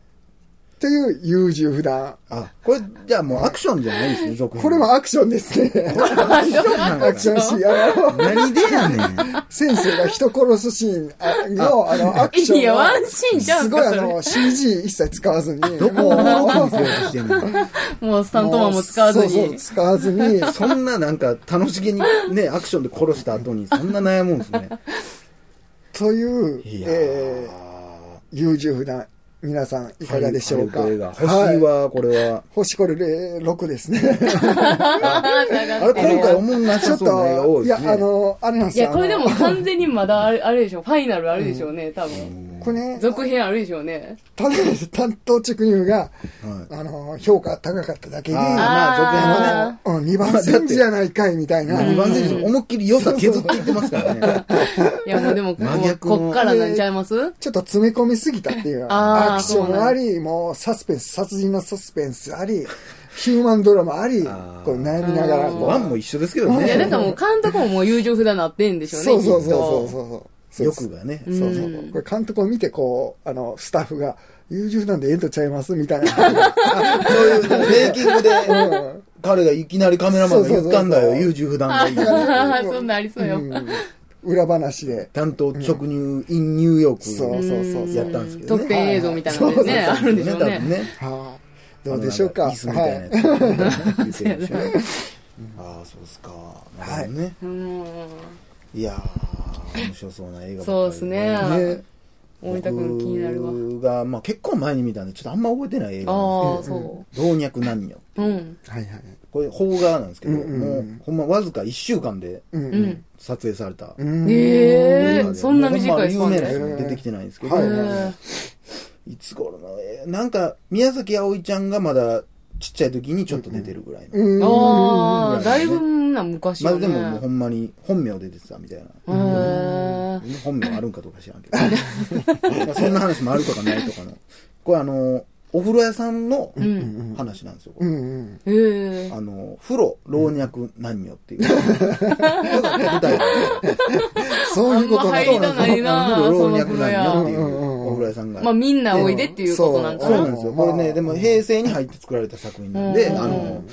[SPEAKER 1] という優柔不断。
[SPEAKER 2] あこれじゃあもうアクションじゃないですね続編
[SPEAKER 1] これもアクションですね。
[SPEAKER 2] アクションなんだ
[SPEAKER 1] アクションシーン。あの、
[SPEAKER 2] 何でやねん
[SPEAKER 1] 先生が人殺すシーンあの、あの、アクションを。
[SPEAKER 3] いやワンシーンちゃう
[SPEAKER 1] す
[SPEAKER 3] ん
[SPEAKER 1] ごい
[SPEAKER 3] か
[SPEAKER 1] あ
[SPEAKER 3] それ
[SPEAKER 1] の、CG 一切使わずに。
[SPEAKER 2] どこを物語にしようとしてんの
[SPEAKER 3] もうスタントマンも使わず
[SPEAKER 1] そうそう、
[SPEAKER 3] に。
[SPEAKER 1] 使わずに。
[SPEAKER 2] そんななんか楽しげにねアクションで殺した後にそんな悩むんですね
[SPEAKER 1] という、
[SPEAKER 2] いや
[SPEAKER 1] えー
[SPEAKER 2] ー
[SPEAKER 1] 優柔不断。皆さん、いかがでしょうか。
[SPEAKER 2] ハリウッド映画星
[SPEAKER 1] はい、
[SPEAKER 2] はこれは
[SPEAKER 1] 星これで6です ね。
[SPEAKER 2] あれ、今回思んな
[SPEAKER 1] ちょ
[SPEAKER 2] さ
[SPEAKER 1] っ
[SPEAKER 2] そうな映画多
[SPEAKER 1] と、
[SPEAKER 2] い
[SPEAKER 1] い
[SPEAKER 2] で
[SPEAKER 1] や
[SPEAKER 2] す、ね。
[SPEAKER 1] あの、あれなんで
[SPEAKER 3] い
[SPEAKER 1] すよ。
[SPEAKER 3] や、これでも
[SPEAKER 1] あ
[SPEAKER 3] 完全にまだあれあれでしょ。ファイナルあるでしょうね、多分。
[SPEAKER 1] の、これね、
[SPEAKER 3] 続編あるでしょうね。
[SPEAKER 1] ただ担当直入が、
[SPEAKER 2] はい
[SPEAKER 1] あの、評価高かっただけに、
[SPEAKER 2] あま
[SPEAKER 3] あ
[SPEAKER 1] うん、2番戦時じゃないかい、みたいな。
[SPEAKER 2] 2番選手、思いっきり良さ削っていってますからね。
[SPEAKER 3] ーいや、もうでも、こ
[SPEAKER 2] 真逆の
[SPEAKER 3] こっからなんちゃいます
[SPEAKER 1] ちょっと詰め込みすぎたっていう。
[SPEAKER 3] あー
[SPEAKER 1] アクションあり、もうサスペンス、殺人のサスペンスあり、ヒューマンドラマあり、
[SPEAKER 2] あー
[SPEAKER 1] こう悩みながらこう。
[SPEAKER 2] ワンも一緒ですけどね。
[SPEAKER 3] いや、だからもう監督ももう友情札なってんでしょうね。
[SPEAKER 1] そうそうそうそう
[SPEAKER 3] きっと
[SPEAKER 1] そうそう。
[SPEAKER 2] 欲がね。
[SPEAKER 1] そうそう。
[SPEAKER 3] うん
[SPEAKER 1] これ監督を見て、こう、あの、スタッフが、優柔なんでええんとちゃいますみた いな。
[SPEAKER 2] そういうメイキングで、
[SPEAKER 1] うん
[SPEAKER 2] 彼がいきなりカメラマンが言ったんだ
[SPEAKER 1] そうそうそう
[SPEAKER 2] よ、
[SPEAKER 1] そう
[SPEAKER 2] 優柔不断がいいよ。
[SPEAKER 3] あーそんなんありそうよ。
[SPEAKER 1] うん裏話で。
[SPEAKER 2] 担当直入 in ニューヨ
[SPEAKER 1] そう
[SPEAKER 2] ー
[SPEAKER 1] そうそう
[SPEAKER 2] ク
[SPEAKER 1] そ
[SPEAKER 2] や
[SPEAKER 1] う
[SPEAKER 2] っ。たんですけどね。
[SPEAKER 3] 特典映像みたいなの
[SPEAKER 2] そう
[SPEAKER 3] で
[SPEAKER 2] そう
[SPEAKER 3] ね、
[SPEAKER 2] そう
[SPEAKER 3] あるんでしょう
[SPEAKER 2] 多分
[SPEAKER 3] ね。
[SPEAKER 1] はあ、どうでしょうか。
[SPEAKER 2] あのなん椅子みたいなやつ 言ってるでしょ。ああ、そうですか。なるほどね。
[SPEAKER 3] うん。
[SPEAKER 2] いやー、面白そうな映画ばっかり
[SPEAKER 3] そうですね。
[SPEAKER 1] はい。ね。
[SPEAKER 3] 大分くん気になるわ。
[SPEAKER 2] 僕が、まあ結構前に見たんで、ちょっとあんま覚えてない映画なん
[SPEAKER 3] ああ、そ
[SPEAKER 2] ですけど、老若男女。
[SPEAKER 3] う。うん。
[SPEAKER 1] はいはい。
[SPEAKER 2] これ、邦画なんですけど、
[SPEAKER 1] うんうん
[SPEAKER 2] も
[SPEAKER 1] うん
[SPEAKER 2] う、ほんまわずか1週間で
[SPEAKER 1] うん
[SPEAKER 3] う。ん。
[SPEAKER 2] 撮影された。
[SPEAKER 1] うん
[SPEAKER 3] え
[SPEAKER 2] 映
[SPEAKER 3] え
[SPEAKER 2] 画で
[SPEAKER 3] そんな短いス
[SPEAKER 2] ほ
[SPEAKER 3] パ
[SPEAKER 2] ん
[SPEAKER 3] ン
[SPEAKER 2] ま
[SPEAKER 3] で。
[SPEAKER 2] 有名な
[SPEAKER 3] へ
[SPEAKER 2] 人も出てきてないんですけど、
[SPEAKER 1] はい
[SPEAKER 3] え
[SPEAKER 2] いつ頃の、えーなんか、宮崎あおいちゃんがまだちっちゃい時にちょっと出てるぐらいの。
[SPEAKER 1] うん
[SPEAKER 3] ああ、だいぶな昔
[SPEAKER 2] まあ
[SPEAKER 3] よ
[SPEAKER 2] で
[SPEAKER 3] ね。
[SPEAKER 2] ももうほんまに本名出てたみたいな。
[SPEAKER 3] へー
[SPEAKER 2] 本名あるんかどうか知らん けど。まあそんな話もあるとかないとかの。これあの、お風呂屋さんの
[SPEAKER 3] ん
[SPEAKER 2] 話なんですよ。こ
[SPEAKER 1] う
[SPEAKER 2] れ
[SPEAKER 1] んうん。
[SPEAKER 3] へえ
[SPEAKER 2] あの、風呂老若男女っていう。 舞台
[SPEAKER 1] そういうこと
[SPEAKER 3] あんま入
[SPEAKER 1] ね
[SPEAKER 3] りたないな
[SPEAKER 2] そうなんで
[SPEAKER 3] その風
[SPEAKER 2] すよ
[SPEAKER 3] 呂屋
[SPEAKER 2] 老若男女っていう
[SPEAKER 1] うんうんうん
[SPEAKER 2] お風呂屋さんが。
[SPEAKER 3] まあみんなおいでっていうことなんか
[SPEAKER 2] そうなん
[SPEAKER 3] な。
[SPEAKER 2] ですよ。
[SPEAKER 1] うん
[SPEAKER 2] これね、でも平成に入って作られた作品なんで、
[SPEAKER 3] うん
[SPEAKER 2] あの、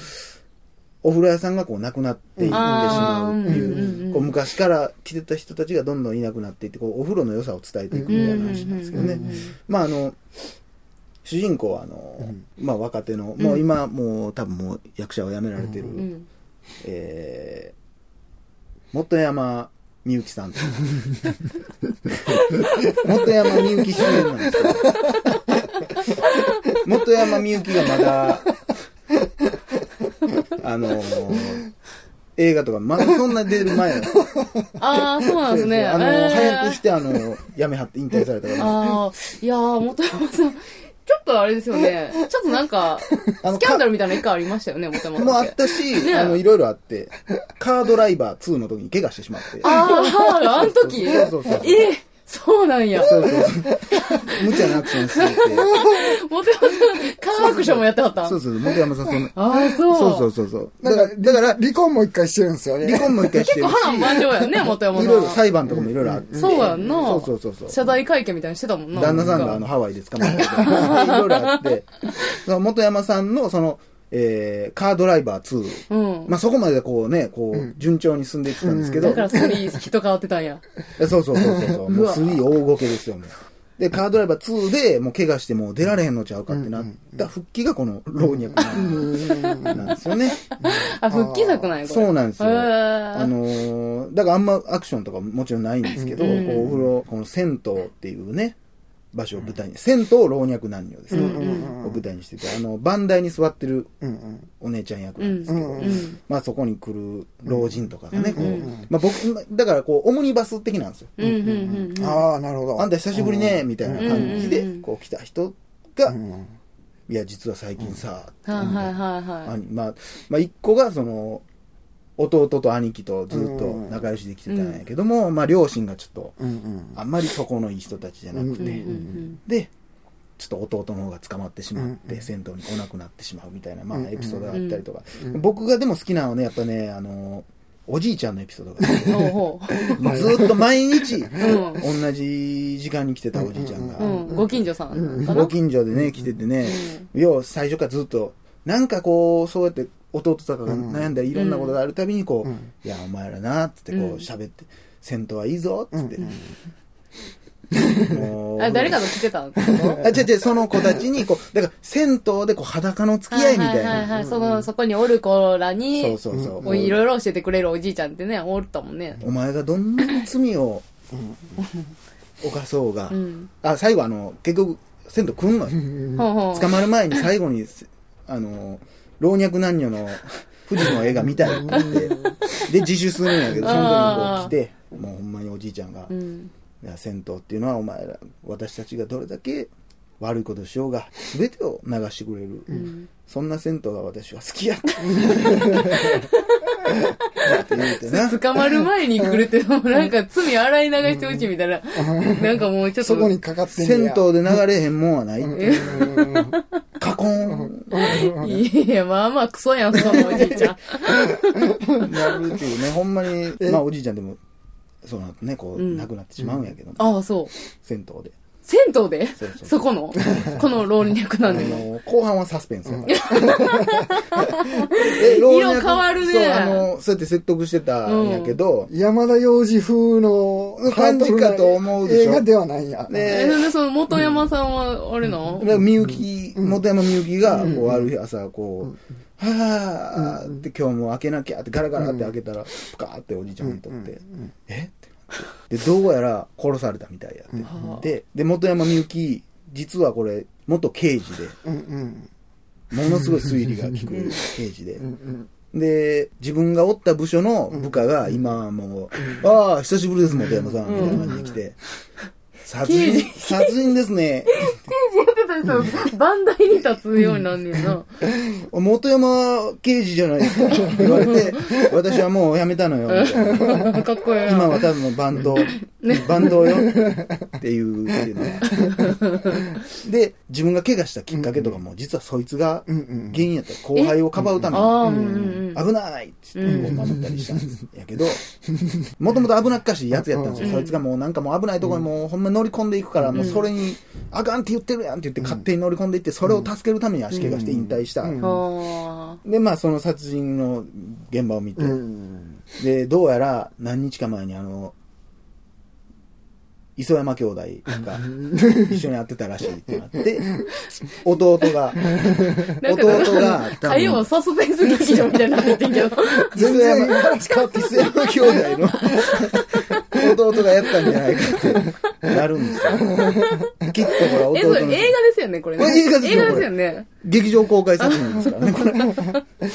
[SPEAKER 2] お風呂屋さんがこうなくなっていってしまうっ
[SPEAKER 3] うんあーうんうん
[SPEAKER 2] て
[SPEAKER 3] う
[SPEAKER 2] い
[SPEAKER 3] ん
[SPEAKER 2] う、こう昔から来てた人たちがどんどんいなくなっていって、こうお風呂の良さを伝えていくみたいな話なんですけど
[SPEAKER 3] うんうんうん
[SPEAKER 2] ね。まああの、主人公はあの、まあ若手の、もう今もう多分もう役者を辞められて
[SPEAKER 3] う
[SPEAKER 2] る、
[SPEAKER 3] ん。
[SPEAKER 2] えー、元山みゆきさんと。 元山みゆき主演なんですよ。元山みゆきがまだ、あのー映画とか、まだそんな出る前なんですよ
[SPEAKER 3] ああ、そうなんですね。
[SPEAKER 2] あの
[SPEAKER 3] へ
[SPEAKER 2] ー
[SPEAKER 3] ー
[SPEAKER 2] 早くして、あのー辞めはって引退されたから。
[SPEAKER 3] ああ、いやー、元山さん、ちょっとあれですよね。 ちょっとなんか、
[SPEAKER 2] あの
[SPEAKER 3] スキャンダルみたいなの一回ありましたよね、元山さん。
[SPEAKER 2] もうあったし、
[SPEAKER 3] ね
[SPEAKER 2] あの、いろいろあって、カードライバー2の時に怪我してしまって。
[SPEAKER 3] ああ、あの時
[SPEAKER 2] そうそうそうそう
[SPEAKER 3] えーそうなんや。
[SPEAKER 2] そうそうそう。 無茶なアクションしてて。
[SPEAKER 3] 元山さん、科学者もやってはったん
[SPEAKER 2] そうそう、元山さんそんな。
[SPEAKER 3] ああ、そう。
[SPEAKER 2] そうそうそうそう。
[SPEAKER 1] だか、
[SPEAKER 2] だからら、
[SPEAKER 1] だ
[SPEAKER 2] だ
[SPEAKER 1] か
[SPEAKER 2] からら、
[SPEAKER 1] 離婚も一回してるんですよね。
[SPEAKER 2] 離婚も一回してるし。
[SPEAKER 3] 波乱万丈やんね、元山さん。
[SPEAKER 2] いろいろ裁判とかもいろいろあって。
[SPEAKER 3] そうやんな
[SPEAKER 2] そうそうそうそ
[SPEAKER 3] 謝
[SPEAKER 2] う。
[SPEAKER 3] 罪会見みたいにしてたもんな。
[SPEAKER 2] 旦那さんがあのハワイで捕まってとか、いろいろあって、 その元山さんのその、えー、カードライバー2。
[SPEAKER 3] うん。
[SPEAKER 2] まあそこまでこうね、こう、順調に進んでいってたんですけど、
[SPEAKER 3] だからスリー人変わってた んや。
[SPEAKER 2] えそうそうそうそうそう、
[SPEAKER 3] う
[SPEAKER 2] もう
[SPEAKER 3] わ
[SPEAKER 2] 3大ゴケですよ、もう。で、カードライバー2でもう怪我してもう出られへんのちゃうかってなった復帰がこの老若男女なんですよね。
[SPEAKER 3] あ、復帰作なんや、これ。
[SPEAKER 2] そうなんですよ。
[SPEAKER 3] へー
[SPEAKER 2] あのーだからあんまアクションとかももちろんないんですけど、
[SPEAKER 3] うん
[SPEAKER 2] こうお風呂、この銭湯っていうね、場所を舞台に、銭湯老若男女ですね、
[SPEAKER 3] うんうん
[SPEAKER 2] を舞台にしてて、あの、番台に座ってる
[SPEAKER 1] うんうん。
[SPEAKER 2] お姉ちゃん役なんですけど、
[SPEAKER 1] うん
[SPEAKER 3] うん。
[SPEAKER 2] まあそこに来る老人とかがね、
[SPEAKER 3] うんうん
[SPEAKER 2] こう、まあ僕、だからこう、オムニバス的なんですよ。
[SPEAKER 3] うんうんうんうん。
[SPEAKER 1] ああ、なるほど。
[SPEAKER 2] あんた久しぶりね、みたいな感じ
[SPEAKER 3] うんうんう
[SPEAKER 2] で、
[SPEAKER 3] ん
[SPEAKER 2] こう来た人が、
[SPEAKER 1] うん。
[SPEAKER 2] いや、実は最近さ、
[SPEAKER 3] はいはいはいは
[SPEAKER 2] 兄まあ、まあ、一個がその、弟と兄貴とずっと
[SPEAKER 1] うん
[SPEAKER 2] 仲良しできてたんやけども、まあ、両親がちょっと、
[SPEAKER 1] うんうん。
[SPEAKER 2] あんまりそこのいい人たちじゃな
[SPEAKER 3] い。
[SPEAKER 2] くて、
[SPEAKER 3] うんうん
[SPEAKER 2] で、ちょっと弟の方が捕まってしまっ
[SPEAKER 1] うん
[SPEAKER 2] て、銭湯に来なくなってしまうみたいな、
[SPEAKER 1] う
[SPEAKER 2] ま
[SPEAKER 1] ん
[SPEAKER 2] あ、エピソードがあったりとか、僕がでも好きなのはね、やっぱね、あの、おじいちゃんのエピソードが、
[SPEAKER 3] うん。ほうほ
[SPEAKER 2] ずっと毎日、
[SPEAKER 3] う。
[SPEAKER 2] 同じ時間に来てたおじいちゃんが、
[SPEAKER 3] うん。うん。ご近所さんかな。
[SPEAKER 2] ご近所でね、来ててね、要は最初からずっと、なんかこう、そうやって弟とかが悩んだり、いろんなことがあるたびにこう、
[SPEAKER 1] うん
[SPEAKER 2] いや、お前らな、つってこう
[SPEAKER 3] うん
[SPEAKER 2] 喋って、銭湯はいいぞ、つって。
[SPEAKER 1] うん
[SPEAKER 2] もう
[SPEAKER 3] あ、誰かと来てたん
[SPEAKER 2] あ、違う違う、その子たちに、こう、だ から、銭湯でこう、裸の 付き合いみたい
[SPEAKER 3] はいはい
[SPEAKER 2] な。
[SPEAKER 3] はい。その、そこにおる子らに、
[SPEAKER 2] そうそうそう。
[SPEAKER 3] いろいろ教えてくれるおじいちゃんってね、おったもんね。
[SPEAKER 2] お前がどんなに罪を犯そうが
[SPEAKER 3] う、ん。
[SPEAKER 2] あ、最後あの、結局、銭湯来んのよ。
[SPEAKER 3] ほうほう。
[SPEAKER 2] 捕まる前に最後に、あの、老若男女の富士の映画見たいって言って、で、自首するんやけど、その時にこう来て、もうほんまにおじいちゃんが
[SPEAKER 3] う、ん。
[SPEAKER 2] いや銭湯っていうのはお前ら、私たちがどれだけ悪いことしようが、全てを流してくれる。
[SPEAKER 3] ん
[SPEAKER 2] そんな銭湯が私は好きや って。って言うてな。
[SPEAKER 3] 捕まる前に来る って、もうなんか罪洗い流してほしいみたいな。なんかもうちょっと。
[SPEAKER 1] そこにかかってんね
[SPEAKER 2] 銭
[SPEAKER 1] や。
[SPEAKER 2] 湯で流れへんもんはないって。
[SPEAKER 1] うんうんうん
[SPEAKER 2] 過去コー
[SPEAKER 3] いや、まあまあクソやん、そのおじいちゃん。
[SPEAKER 2] ンなるっていうね、ほんまに、まあおじいちゃんでも、そうなってね、こ
[SPEAKER 3] う
[SPEAKER 2] う、
[SPEAKER 3] ん
[SPEAKER 2] 亡くなってしまうんやけど、
[SPEAKER 3] ああ、そう。
[SPEAKER 2] 銭湯で。
[SPEAKER 3] 銭湯で
[SPEAKER 2] そうそう
[SPEAKER 3] そこ のこの老若
[SPEAKER 2] あ
[SPEAKER 3] 男女の。
[SPEAKER 2] の、後半はサスペンスやから。 え老若
[SPEAKER 3] 色変わるね
[SPEAKER 2] そう、あの、そうやって説得してたんやけど、
[SPEAKER 1] 山田洋次風の
[SPEAKER 2] 感じかと思うでしょ
[SPEAKER 1] 映画ではないんや。
[SPEAKER 2] ね
[SPEAKER 3] え、なんでその元山さんは、あれなの
[SPEAKER 2] だからみゆき、元山みゆきが、こう、ある日朝、こう、はぁーって今日も開けなきゃって、ガラガラって開けたら、プカーっておじいちゃんにとって、えってなって。で、どうやら殺されたみたいや
[SPEAKER 3] ん
[SPEAKER 2] って。で、で、元山みゆき、実はこれ、元刑事で、
[SPEAKER 1] うんうん。
[SPEAKER 2] ものすごい推理が効く刑事で
[SPEAKER 1] う。ん
[SPEAKER 2] で、自分がおった部署の部下が、今はもう、ああ、久しぶりです、元山さん、みたいな感じで来て、殺
[SPEAKER 3] 刑
[SPEAKER 2] 人
[SPEAKER 3] 事、
[SPEAKER 2] 殺人ですね。
[SPEAKER 3] やってたらさ、バンダイに立つようになんねんな。
[SPEAKER 2] 元山刑事じゃないですかって言われて、私はもう辞めたのよ。みたいな
[SPEAKER 3] かっこええ
[SPEAKER 2] 今
[SPEAKER 3] な。
[SPEAKER 2] はただのバンド、バンドよっていうっていうのがで、自分が怪我したきっかけとかも、実はそいつが
[SPEAKER 1] うんうん。
[SPEAKER 2] 原因やった後輩をかばうために、
[SPEAKER 3] ああ、うんうんうん。
[SPEAKER 2] 危ないって言ってこう守ったりしたんですやけど、 もともと危なっかしいやつやったんですよ。
[SPEAKER 3] うん
[SPEAKER 2] そいつがもうなんかもう危ないとこにもうほんま乗り込んでいくから、もうそれに、あかんって言ってるやんって言って勝手に乗り込んでいって、それを助けるために足怪我して引退した。
[SPEAKER 1] うん
[SPEAKER 3] あ
[SPEAKER 2] で、まあ、その殺人の現場を見て、
[SPEAKER 1] うん
[SPEAKER 2] で、どうやら何日か前にあの、磯山兄弟が一緒に会ってたらしいってなって、弟が、
[SPEAKER 3] あ。なんか、
[SPEAKER 2] 弟が、
[SPEAKER 3] 火曜サスペンス劇場みたいになってんけ ど。
[SPEAKER 2] 全然話変わって磯山兄 弟の弟がやったんじゃないかってなるんですよ。きっとほら、
[SPEAKER 3] え、そ
[SPEAKER 2] 弟
[SPEAKER 3] れ映
[SPEAKER 2] の
[SPEAKER 3] 画ですよね、これね。
[SPEAKER 2] これ映画です
[SPEAKER 3] 映
[SPEAKER 2] よこれ
[SPEAKER 3] 画ですよね。
[SPEAKER 2] 劇場公開作品ですからね、これ。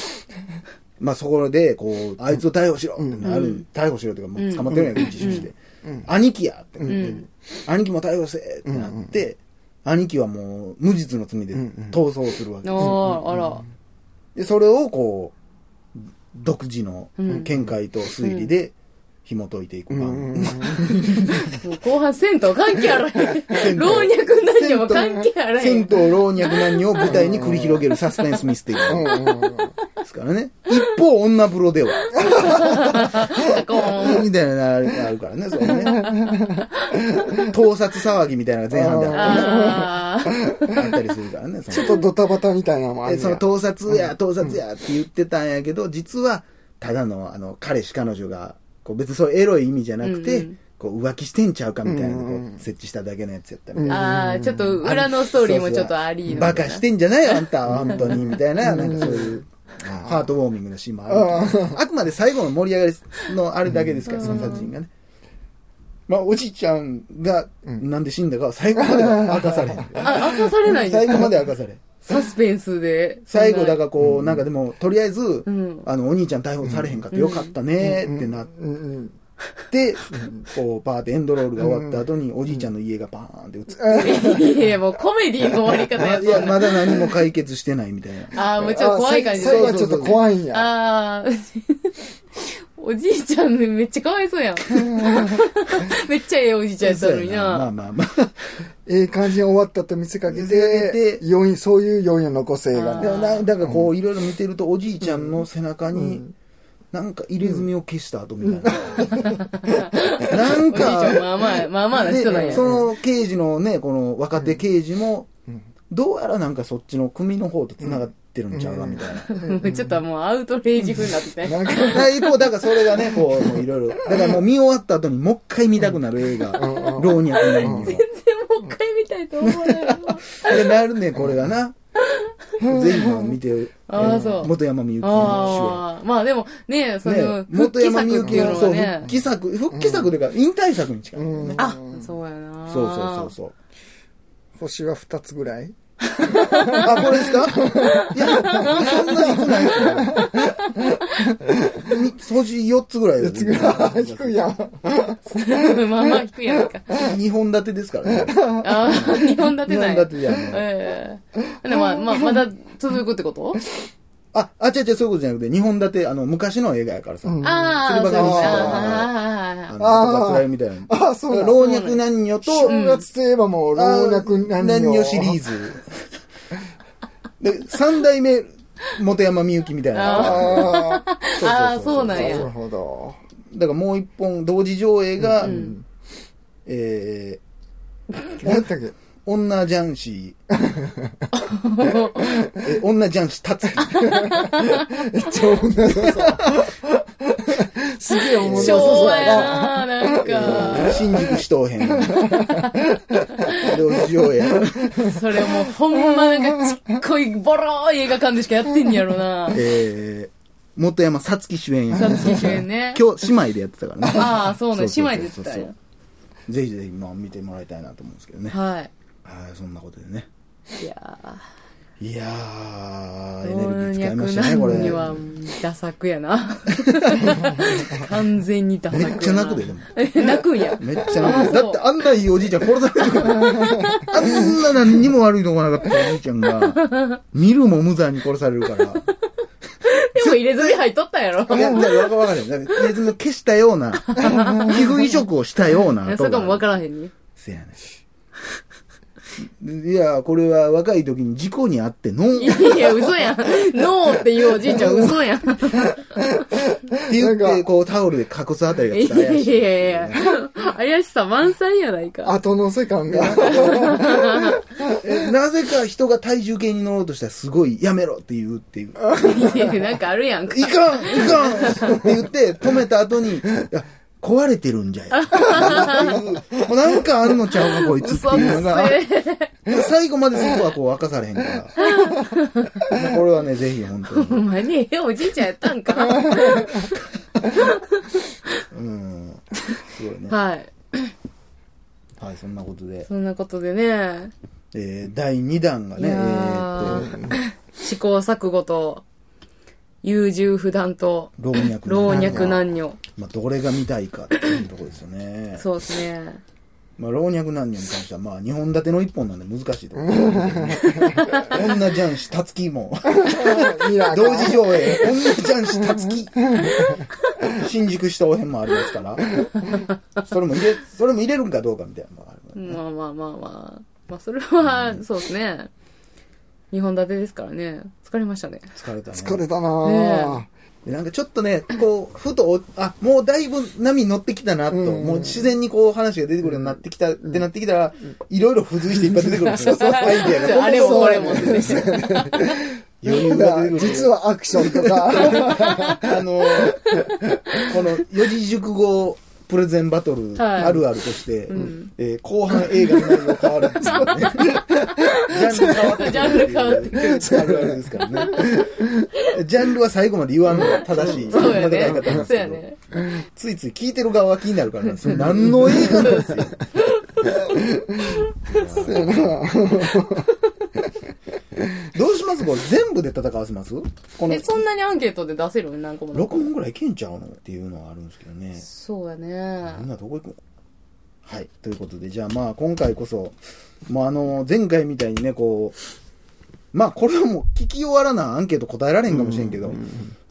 [SPEAKER 2] まあそこで、こう、あいつを逮捕しろってなる、逮捕しろっていうか、もう捕まってるんやけど、自首して。兄貴やってなって、
[SPEAKER 3] うん
[SPEAKER 2] 兄貴も逮捕せってなって、兄貴はもう無実の罪で逃走するわけ
[SPEAKER 3] あ
[SPEAKER 2] です。
[SPEAKER 3] あ、あら。
[SPEAKER 2] で、それをこう、独自の
[SPEAKER 3] うん
[SPEAKER 2] 見解と推理で紐解いていく。
[SPEAKER 1] うん
[SPEAKER 2] まあ
[SPEAKER 1] うん
[SPEAKER 3] もう後半銭湯関係あらへん。老若男女も関係あらへ
[SPEAKER 2] 銭
[SPEAKER 3] ん。
[SPEAKER 2] 湯老若男女を舞台に繰り広げるサスペンスミステリーですからね。一方、女風呂では。
[SPEAKER 3] こう
[SPEAKER 2] みたいなのがあるからね、そ れね。盗撮騒ぎみたいなのが前半であっ
[SPEAKER 3] ああ。
[SPEAKER 2] たりあったりするからね。
[SPEAKER 1] ち
[SPEAKER 2] そ
[SPEAKER 1] ょっ
[SPEAKER 2] の
[SPEAKER 1] とドタバタみたいなのもあ
[SPEAKER 2] え
[SPEAKER 1] る
[SPEAKER 2] その盗撮や、盗撮やって言ってたんやけど、実は、ただの、あの、彼氏彼女が、こう別にそういうエロい意味じゃなく
[SPEAKER 3] う
[SPEAKER 2] て、
[SPEAKER 3] んうん
[SPEAKER 2] こう浮気してんちゃうかみたいなのをこ
[SPEAKER 1] うんうん
[SPEAKER 2] う設置しただけのやつやったみたいな。
[SPEAKER 3] ああ、ちょっと裏のストーリーもちょっとありの
[SPEAKER 2] バカしてんじゃないよ、あん たは、本当に、みたいな、なんかそういう、ハートウォーミングなシーンもあるけど。あくまで最後の盛り上がりのあれだけですから、その殺人がね。まあ、おじいちゃんが、なんで死んだかは最後までは明かされへん。
[SPEAKER 3] あ、明かされないんで
[SPEAKER 2] 最
[SPEAKER 3] す
[SPEAKER 2] 後
[SPEAKER 3] か
[SPEAKER 2] まで明かされん。
[SPEAKER 3] サスペンスで。
[SPEAKER 2] 最後、だからこう、なんかでも、とりあえず
[SPEAKER 3] ん、
[SPEAKER 2] あの、お兄ちゃん逮捕されへんかってよかったねーってなっ
[SPEAKER 1] うんうん。
[SPEAKER 2] て、こう、バーってエンドロールが終わった後に、おじいちゃんの家がバーンって映って、
[SPEAKER 3] いやいや、もうコメディの終わり方や
[SPEAKER 2] あ
[SPEAKER 3] っ
[SPEAKER 2] いや、
[SPEAKER 3] た。
[SPEAKER 2] まだ何も解決してないみたいな。
[SPEAKER 3] ああ、もうちょっと怖い感じ
[SPEAKER 1] あ最後
[SPEAKER 3] で
[SPEAKER 1] は。ちょっと怖いんや。
[SPEAKER 3] ああ、おじいちゃんめっちゃかわいそうやん。めっちゃええおじいちゃんやったのに
[SPEAKER 2] まあ
[SPEAKER 3] な。
[SPEAKER 2] まあまあ。
[SPEAKER 1] ええ感じに終わったと見せかけ
[SPEAKER 2] 見せかけ
[SPEAKER 1] て、余韻、そういう余韻を残す映画
[SPEAKER 2] で
[SPEAKER 1] ね。
[SPEAKER 2] もなだからこういろいろ見てるとおじいちゃんの背中になんか入れ墨を消した跡みたいな、なん
[SPEAKER 3] おじいちゃん
[SPEAKER 2] か
[SPEAKER 3] まあまあ、まあまあな人なん
[SPEAKER 2] で
[SPEAKER 3] や。
[SPEAKER 2] その刑事のねこの若手刑事もどうやらなんかそっちの組の方と繋がってるんちゃうかみたいな、
[SPEAKER 3] ちょっともうアウトレイジ風になってきたね。
[SPEAKER 1] なんか、
[SPEAKER 2] 一方だからそれがねこうもういろいろだからもう見終わった後にもう一回見たくなる映画「老若男女」に
[SPEAKER 3] 全然もう一回見たいと思わないわ。
[SPEAKER 2] でなるねこれがなぜひもう見て
[SPEAKER 3] ああ、そう。
[SPEAKER 2] 元山みゆきの主演
[SPEAKER 3] ああ、まあでもね、その
[SPEAKER 2] ね、、
[SPEAKER 3] 復
[SPEAKER 2] 元
[SPEAKER 3] 帰
[SPEAKER 2] 山
[SPEAKER 3] 作
[SPEAKER 2] みゆ
[SPEAKER 3] って
[SPEAKER 2] き
[SPEAKER 3] いう
[SPEAKER 2] の
[SPEAKER 3] の
[SPEAKER 2] そう
[SPEAKER 3] は
[SPEAKER 2] 復
[SPEAKER 3] ね。
[SPEAKER 2] 帰作復帰作というか引退作に近い、
[SPEAKER 1] うん
[SPEAKER 3] あ、そうやな。
[SPEAKER 2] そうそうそうそう
[SPEAKER 1] 星は二つぐらい
[SPEAKER 2] あこれですかいやそんなに低くないですよ星4つぐらいで
[SPEAKER 1] 四
[SPEAKER 2] す
[SPEAKER 1] つぐらい。低いやん。
[SPEAKER 3] う。まあまあ低いやんか。
[SPEAKER 2] 2本立てですからね
[SPEAKER 3] ああ、日本立て
[SPEAKER 2] 2
[SPEAKER 3] な
[SPEAKER 2] 本
[SPEAKER 3] い。
[SPEAKER 2] 立てじゃんもう
[SPEAKER 3] ええ。でまあまあ、まだ続くってこと
[SPEAKER 2] ああ違う違うそういうことじゃなくて2本立てあの昔の映画やからさ、
[SPEAKER 3] ああ、
[SPEAKER 2] 釣りバカ
[SPEAKER 3] そう
[SPEAKER 2] の人
[SPEAKER 3] あ
[SPEAKER 2] あ
[SPEAKER 3] あああ
[SPEAKER 2] の
[SPEAKER 1] あー
[SPEAKER 2] とかつらいみたいな
[SPEAKER 1] あ、そうなん
[SPEAKER 2] 老若男女と
[SPEAKER 1] 正月といえばもう、老若男
[SPEAKER 2] 男
[SPEAKER 1] 女
[SPEAKER 2] 女シリーズで、三代目、元山みゆきみたいな。
[SPEAKER 1] ああ、
[SPEAKER 3] ああ、そうな
[SPEAKER 1] な
[SPEAKER 3] ん
[SPEAKER 1] る
[SPEAKER 3] や。
[SPEAKER 1] ほど。
[SPEAKER 2] だからもう一本、同時上映が、
[SPEAKER 3] ん
[SPEAKER 2] え
[SPEAKER 1] 何やったっけ
[SPEAKER 2] ー、女ジャンシー、え女ジャンシー立つ。
[SPEAKER 1] 超女さそう。すげえ面白さ
[SPEAKER 3] 昭
[SPEAKER 1] そう
[SPEAKER 3] 和や
[SPEAKER 1] やな。
[SPEAKER 3] な、なんか。
[SPEAKER 2] 新宿市東編。同時上映。
[SPEAKER 3] それもうほんまなんかちっこいボローい映画館でしかやってんやろな。
[SPEAKER 2] えー、元山さつき主演や。
[SPEAKER 3] さつき主演ね
[SPEAKER 2] 今日、姉妹でやってたからね。
[SPEAKER 3] ああ、そうなん
[SPEAKER 2] そ
[SPEAKER 3] 姉
[SPEAKER 2] うそうそ
[SPEAKER 3] 妹で言
[SPEAKER 2] うそう
[SPEAKER 3] ってたよ。
[SPEAKER 2] ぜひぜひ、まあ、見てもらいたいなと思うんですけどね。
[SPEAKER 3] は
[SPEAKER 2] はい、そんなことでね。
[SPEAKER 3] い。いやー。
[SPEAKER 2] いやー、エネ
[SPEAKER 3] 老
[SPEAKER 2] ルギー使いま
[SPEAKER 3] 若
[SPEAKER 2] したね、こ
[SPEAKER 3] 男
[SPEAKER 2] れ。
[SPEAKER 3] 女は
[SPEAKER 2] め
[SPEAKER 3] ダサくや な完全にダサくやな
[SPEAKER 2] っちゃ泣くで、でも。
[SPEAKER 3] え 泣くんや
[SPEAKER 2] めっちゃ泣く。
[SPEAKER 3] そう
[SPEAKER 2] だって、あんないいおじいちゃん殺され るから。あんな何にも悪いとこなかったおじいちゃんが、見るも無残に殺されるから。
[SPEAKER 3] でも入れ墨入っとったんやろ
[SPEAKER 2] いや、だからわかわかるよ。だから、別に消したような、皮膚移植をしたような。
[SPEAKER 3] そこも分からへんね
[SPEAKER 2] せやねん。いや、これは若い時に事故にあっての、っ
[SPEAKER 3] いや嘘やんノーっていうおじいちゃん嘘やん
[SPEAKER 2] て言
[SPEAKER 1] な
[SPEAKER 2] っ
[SPEAKER 1] んか
[SPEAKER 2] て、こうタオルで隠すあたりが
[SPEAKER 3] い
[SPEAKER 2] ちょっ
[SPEAKER 3] や
[SPEAKER 2] と怪
[SPEAKER 3] い
[SPEAKER 2] しい。
[SPEAKER 3] やいや怪しさ満載やないか
[SPEAKER 1] 後乗せ感 が。
[SPEAKER 2] えなぜか人が体重計に乗ろうとしたらすごいやめろって言うっていう。
[SPEAKER 3] いやなんかあるやんか
[SPEAKER 2] いかんいかんって言って止めた後 に、いや壊れてるんじゃ よ。っていうもうなんかあるのちゃうかこいつって
[SPEAKER 3] 嘘
[SPEAKER 2] いうのが。
[SPEAKER 3] つせ
[SPEAKER 2] 最後までそこはこう明かされへんから。 これはね、ぜひ本当に。
[SPEAKER 3] ほんまにえおじいちゃんやったんか
[SPEAKER 2] うん。すごいね。
[SPEAKER 3] はい
[SPEAKER 2] はい、そんなことで。
[SPEAKER 3] そんなことでね
[SPEAKER 2] えー、第2弾がね、
[SPEAKER 3] い
[SPEAKER 2] え
[SPEAKER 3] や
[SPEAKER 2] ーっ
[SPEAKER 3] ー
[SPEAKER 2] と、
[SPEAKER 3] 試行錯誤と優柔不断と
[SPEAKER 2] 老若
[SPEAKER 3] 老若
[SPEAKER 2] 男女。
[SPEAKER 3] 男女
[SPEAKER 2] まあ、どれが見たいかっていうところですよね。
[SPEAKER 3] そうですね
[SPEAKER 2] まあ、老若男女に関しては、まあ、2本立ての1本なんで難しい ところですけどね。女ジャンシ、たつきも。
[SPEAKER 1] ミラー
[SPEAKER 2] 同時上映、女ジャンシ、たつき。新宿市東編もありますから。それも入れ、それも入れるんかどうかみたいなのがあるからね
[SPEAKER 3] まあまあまあまあ。まあそれは、そうですね。二本立てですからね。疲れましたね。
[SPEAKER 2] 疲れたね。
[SPEAKER 1] 疲れたなぁ
[SPEAKER 3] ね。
[SPEAKER 2] でなんかちょっとね、こう、ふとお、あ、もうだいぶ波乗ってきたなと、
[SPEAKER 1] うん
[SPEAKER 2] もう自然にこう話が出てくるようになってきた、ってなってきたら、いろいろ付随していっぱい出てくる。そうそう、アイデ ア
[SPEAKER 3] じゃ
[SPEAKER 2] が。
[SPEAKER 3] ああれも
[SPEAKER 2] そう
[SPEAKER 3] これもですね。
[SPEAKER 2] 余裕
[SPEAKER 1] だか
[SPEAKER 2] が出
[SPEAKER 1] ら
[SPEAKER 2] てくる。
[SPEAKER 1] 実、はアクションとか、
[SPEAKER 2] あの、この四字熟語プレゼンバトル
[SPEAKER 3] はい
[SPEAKER 2] あるあるとして、
[SPEAKER 3] ん
[SPEAKER 2] えー後半映画の内容変わるんですよ ね。ジャンル変わってくる。
[SPEAKER 3] ジャンル変わってくる。
[SPEAKER 2] あるあるですからね。ジャンルは最後まで言わんのが正しい。
[SPEAKER 3] そうや
[SPEAKER 2] まだやり方なん
[SPEAKER 3] ね。
[SPEAKER 2] です
[SPEAKER 3] そう
[SPEAKER 2] けど
[SPEAKER 3] やね。
[SPEAKER 2] ついつい聞いてる側は気になるからね。それ何の映画なんですよ。どうしますこれ全部で戦わせますこの
[SPEAKER 3] え、そ
[SPEAKER 2] 6
[SPEAKER 3] んなにアンケートで出せるの何個も。
[SPEAKER 2] 本ぐらいいけんちゃうのっていうのはあるんですけどね。
[SPEAKER 3] そうや
[SPEAKER 2] みん
[SPEAKER 3] ね。
[SPEAKER 2] などこ行くのはい。ということで、じゃあまあ今回こそ、もうあの、前回みたいにね、こう、まあこれはもう聞き終わらなアンケート答えられんかもしれんけど、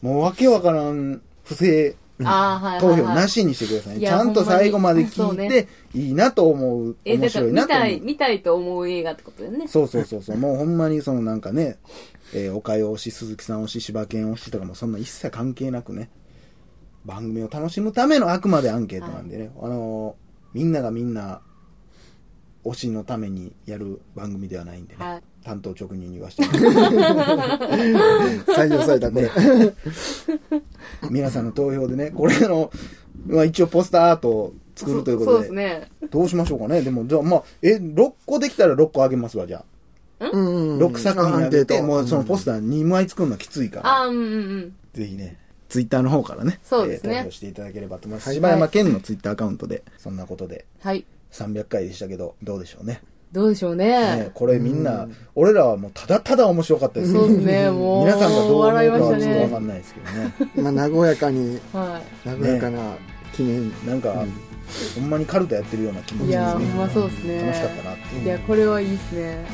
[SPEAKER 2] もうわけわからん不正
[SPEAKER 3] ああ、はい。
[SPEAKER 2] 投票な
[SPEAKER 3] し。
[SPEAKER 2] しにしてください。
[SPEAKER 3] い
[SPEAKER 2] ち
[SPEAKER 3] や
[SPEAKER 2] ゃんと
[SPEAKER 3] ほんまに
[SPEAKER 2] 最後まで
[SPEAKER 3] そう
[SPEAKER 2] 聞いて
[SPEAKER 3] ね、
[SPEAKER 2] いいなと思う。
[SPEAKER 3] え、
[SPEAKER 2] 面
[SPEAKER 3] だから
[SPEAKER 2] 白いな
[SPEAKER 3] 見
[SPEAKER 2] と思
[SPEAKER 3] た
[SPEAKER 2] う
[SPEAKER 3] い、。見たいと思う映画ってことだよね。
[SPEAKER 2] そうそうそうそう。もうほんまにそのなんかね、えー、おかよ推し、鈴木さん推し、柴犬推しとかもそんな一切関係なくね、番組を楽しむためのあくまでアンケートなんでね、あのーみんながみんな推しのためにやる番組ではないんでね、
[SPEAKER 3] はい
[SPEAKER 2] 担当直入に言わせても らいます
[SPEAKER 1] 採用されたこれ。
[SPEAKER 2] 皆さんの投票でね、これあの、まあ一応ポスターアートを作るというこ
[SPEAKER 3] そう
[SPEAKER 2] と
[SPEAKER 3] です
[SPEAKER 2] で、
[SPEAKER 3] ね。
[SPEAKER 2] どうしましょうかね。でも、じゃあまあ、え、6個できたら6個あげますわ、じゃあ。
[SPEAKER 1] うん
[SPEAKER 2] 6作品あげて、もうそのポ
[SPEAKER 1] ス
[SPEAKER 2] スター2枚作るのはきついから。
[SPEAKER 3] ああ、うんうんうん。
[SPEAKER 2] ぜひね、ツイッターの方からね、
[SPEAKER 3] そうですね
[SPEAKER 2] えー投票していただければと思います。柴山健のツイッターアカウントで、そんなことで
[SPEAKER 3] はい。
[SPEAKER 2] 300回でしたけど、どうでしょうね。
[SPEAKER 3] どうでしょう
[SPEAKER 2] ね
[SPEAKER 3] ね。
[SPEAKER 2] これみんな、俺らはもうただただ面白かったです
[SPEAKER 3] そうですね、もう。
[SPEAKER 2] 皆さんがどう思うかは
[SPEAKER 3] 笑いま
[SPEAKER 2] ちょ
[SPEAKER 3] し
[SPEAKER 2] ったとわか
[SPEAKER 3] ね。
[SPEAKER 2] んないですけどね。
[SPEAKER 1] まあ、和やかに、
[SPEAKER 3] はい。
[SPEAKER 1] 和やかな記念。
[SPEAKER 2] なんか、ほんまにカルタやってるような気持
[SPEAKER 3] い
[SPEAKER 2] ちですね。
[SPEAKER 3] やー、ほんまそうですね。
[SPEAKER 2] 楽しかったなっていう。
[SPEAKER 3] いや、これはいいですね。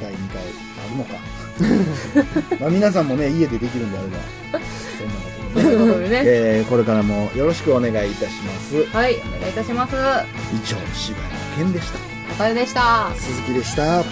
[SPEAKER 2] 第2回あるのか。 まあ皆さんもね、家でできるんであれば、そんなこ
[SPEAKER 3] と
[SPEAKER 2] とで
[SPEAKER 3] い
[SPEAKER 2] ね。
[SPEAKER 3] うことでね。
[SPEAKER 2] えーこれからもよろしくお願いいたします。
[SPEAKER 3] はい、お願いいたします。
[SPEAKER 2] 以上、柴山健でした。
[SPEAKER 3] おかゆでした。
[SPEAKER 1] 鈴木でした。